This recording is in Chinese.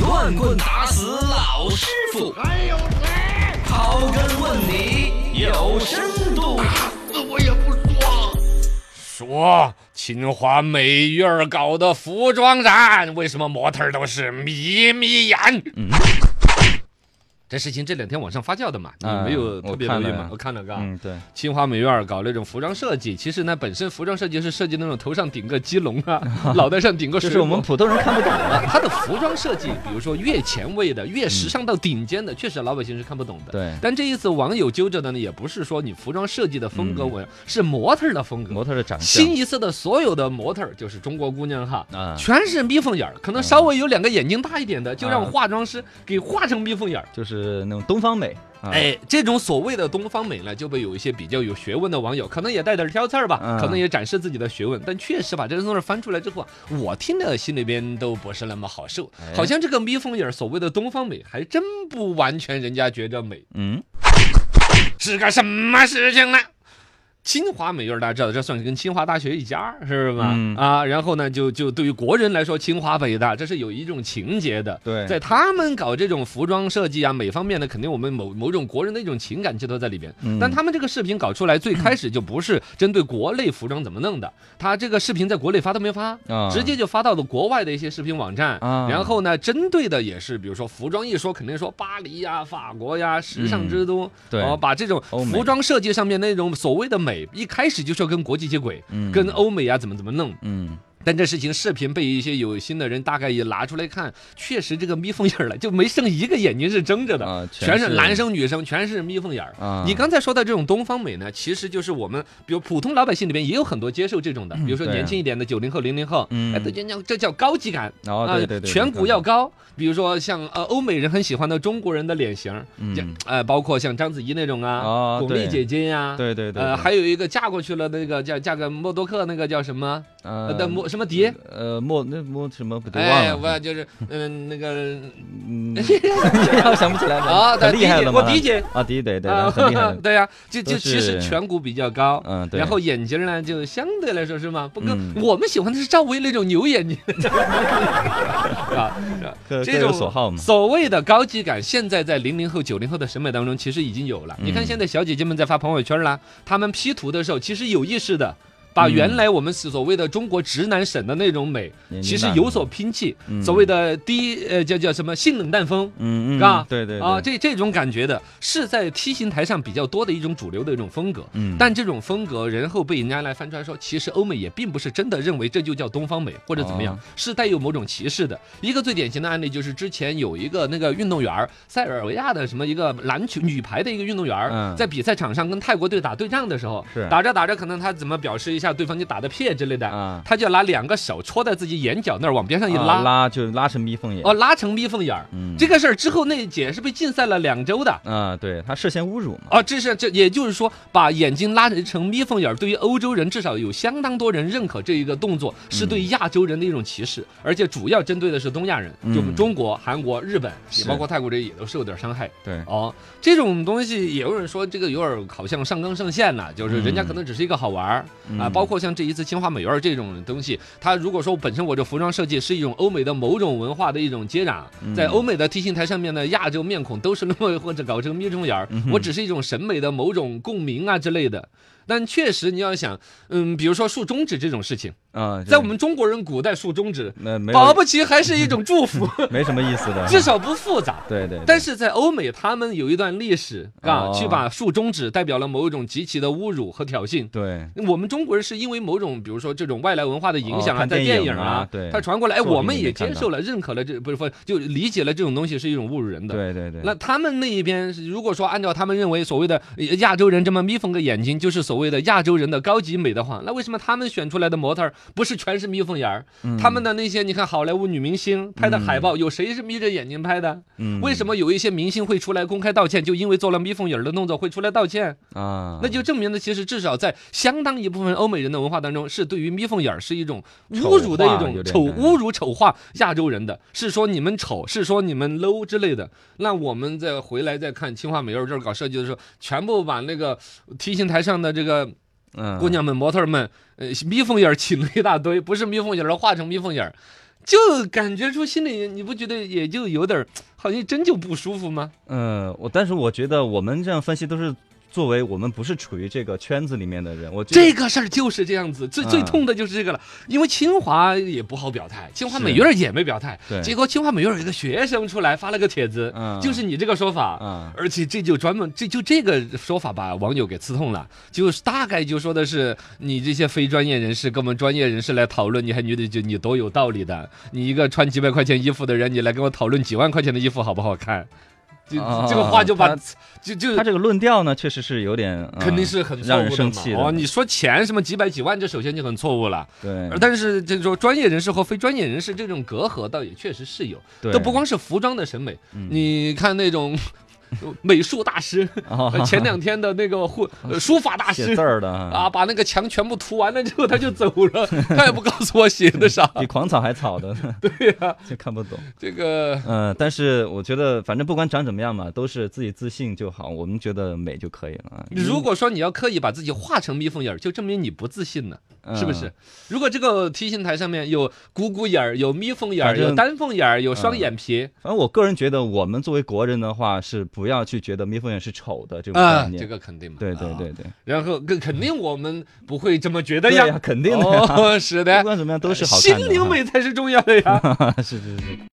乱棍打死老师傅，还有谁？刨根问底有深度。死我也不说。说秦华美院儿搞的服装展，为什么模特儿都是眯眯眼？嗯这事情这两天网上发酵的嘛，你嗯没有特我别留看意了吗？我看了个。嗯，对，清华美院儿搞那种服装设计，其实呢，本身服装设计是设计那种头上顶个鸡笼 啊，脑袋上顶 个就水是果，我们普通人看不懂的。它的服装设计，比如说越前卫的、越时尚到顶尖的，确实老百姓是看不懂的。 嗯对但这一次网友揪着的呢，也不是说你服装设计的风格，嗯我、是模特儿的风格。模特的长相新，一色的所有的模特儿，就是中国姑娘哈，啊全是眯缝眼儿，可能稍微有两个眼睛大一点的，就让啊化妆师给画成眯缝眼儿。就是那种东方美。啊，哎，这种所谓的东方美呢，就被有一些比较有学问的网友，可能也带点挑刺儿吧，嗯可能也展示自己的学问，但确实把这个东西翻出来之后啊，我听了心里边都不是那么好受，哎好像这个眯缝眼儿所谓的东方美，还真不完全人家觉着美，嗯，是个什么事情呢？清华美院大家知道，这算是跟清华大学一家儿，是吧？嗯啊，然后呢，就就对于国人来说，清华北大这是有一种情节的。对在他们搞这种服装设计啊、美方面呢，肯定我们某某种国人的一种情感寄托在里边。嗯但他们这个视频搞出来，最开始就不是针对国内服装怎么弄的，他这个视频在国内发都没发，啊直接就发到了国外的一些视频网站。啊然后呢，针对的也是，比如说服装一说，肯定说巴黎呀、法国呀、时尚之都。嗯对哦，把这种欧美服装设计上面那种所谓的美，一开始就是要跟国际接轨，嗯跟欧美啊怎么怎么弄。嗯，但这事情视频被一些有心的人大概也拿出来看，确实这个眯缝眼儿了，就没剩一个眼睛是睁着的，啊全全是是男生女生全是眯缝眼儿。啊你刚才说的这种东方美呢，其实就是我们比如普通老百姓里边也有很多接受这种的，比如说对啊年轻一点的九零后零零后，嗯哎，这叫这叫高级感。然后啊，对对对，颧骨要对高，比如说像呃欧美人很喜欢的中国人的脸型儿，嗯像呃包括像章子怡那种啊，哦巩俐对姐姐呀，对对对，呃对还有一个嫁过去了那个叫嫁给默多克那个叫什么呃呃的默什么迪，呃莫那莫什么不对哎忘了，我就是 嗯那个嗯，我 想不起来啊了，很对厉害了嘛，迪姐我迪姐啊迪对对，啊很厉害的， 对呀，就都就其实是颧骨比较高，嗯对，然后眼睛呢就相对来说是嘛，不跟嗯我们喜欢的是赵薇那种 牛眼睛， 啊，是吧各各这有种所好嘛，所谓的高级感，现在在零零后、九零后的审美当中其实已经有了。嗯你看现在小姐姐们在发朋友圈啦，她们 P 图的时候，其实有意识的。把嗯原来我们所谓的中国直男审的那种美，年其龄实大有了所拼砌，嗯所谓的低呃叫叫什么性冷淡风嗯嗯啊嗯，对对啊，对这这种感觉的是在 T 型台上比较多的一种主流的一种风格。嗯但这种风格，然后被人家来翻出来说，其实欧美也并不是真的认为这就叫东方美或者怎么样哦，是带有某种歧视的。一个最典型的案例就是之前有一个那个运动员儿，塞尔维亚的什么一个篮球女排的一个运动员儿，嗯在比赛场上跟泰国队打对仗的时候，是打着打着可能他怎么表示一下对方就打的撇之类的，啊他就要拿两个手戳在自己眼角那儿往边上一啊拉，拉就拉成眯缝眼哦，拉成眯缝眼儿。嗯这个事儿之后，那姐是被禁赛了两周的。啊，对他涉嫌侮辱嘛，啊，这是这，也就是说，把眼睛拉成眯缝眼儿，对于欧洲人至少有相当多人认可这一个动作，是对亚洲人的一种歧视，而且主要针对的是东亚人，就我们嗯中国、韩国、日本，也是包括泰国这也都受点伤害。对，哦，这种东西也有人说这个有点儿好像上纲上线了，就是人家可能只是一个好玩儿啊，嗯包括像这一次清华美院儿这种东西，它如果说本身我这服装设计是一种欧美的某种文化的一种接壤，嗯在欧美的 T 型台上面呢，亚洲面孔都是那么或者搞成眯中眼嗯儿，我只是一种审美的某种共鸣啊之类的。但确实，你要想，嗯，比如说竖中指这种事情，啊，就是在我们中国人古代竖中指，那没有保不齐还是一种 祝福，没什么意思的，至少不复杂。对对，对但是在欧美，他们有一段历史啊，哦去把竖中指代表了某种极其的侮辱和挑衅。对我们中国人是因为某种，比如说这种外来文化的影哦响啊，看在电电影影啊啊，对它传过来，哎，作品我们里也面看接到受了、认可了这，不是说就理解了这种东西是一种侮辱人的。对对对，那他们那一边，如果说按照他们认为所谓的呃亚洲人这么眯缝个眼睛，就是所谓的亚洲人的高级美的话，那为什么他们选出来的模特儿不是全是眯缝眼儿？嗯他们的那些你看好莱坞女明星拍的海报，有谁是眯着眼睛拍的？嗯为什么有一些明星会出来公开道歉？就因为做了眯缝眼儿的动作会出来道歉？啊，那就证明了，其实至少在相当一部分欧美人的文化当中，是对于眯缝眼儿是一种侮辱的一种丑丑化有点感觉侮辱丑化亚洲人的，是说你们丑，是说你们 low 之类的。那我们再回来再看清华美院这儿搞设计的时候，全部把那个梯形台上的这个嗯姑娘们、模特儿们，呃，眯缝眼儿请了一大堆，不是眯缝眼儿，而画成眯缝眼儿。就感觉出心里你不觉得也就有点儿好像真就不舒服吗？嗯，我但是我觉得我们这样分析都是作为我们不是处于这个圈子里面的人，我觉这得个事儿就是这样子，最嗯最痛的就是这个了，因为清华也不好表态，清华是美院儿也没表态，对结果清华美院儿有一个学生出来发了个帖子，嗯就是你这个说法，啊，而且这就专门这就这个说法把网友给刺痛了，就是大概就说的是你这些非专业人士跟我们专业人士来讨论，你还觉得就你多有道理的，你一个穿几百块钱衣服的人，你来跟我讨论几万块钱的衣服好不好看，就啊这个话就把他就就他这个论调呢，确实是有点，嗯肯定是很错让人误的生嘛气。哦，的。你说钱什么几百几万，这首先就很错误了。对而，但是这种专业人士和非专业人士这种隔阂，倒也确实是有，对都不光是服装的审美，嗯你看那种 美术大师， 啊呃前两天的那个绘呃书法大写师字儿的啊，，把那个墙全部涂完了之后他就走 了，他也不告诉我写的啥。啊比狂草还草 的，对呀，就看不懂。这个嗯，但是我觉得，反正不管长怎么样嘛，都是自己自信就好，我们觉得美就可以了啊。如果说你要刻意把自己画成眯缝眼儿，就证明你不自信呢，嗯是不是？如果这个提醒台上面有鼓鼓眼儿，有眯缝眼儿，反正嗯有单缝眼儿，有双眼皮反正我个人觉得，我们作为国人的话，是不要去觉得眯缝眼是丑的这种概啊，念。这个肯定嘛。对对啊对对，然后更肯定我们不会这么觉得对呀，呀，肯定的呀，哦，是不的，管怎么样都是好看的。心灵美才是重要的呀。是是是。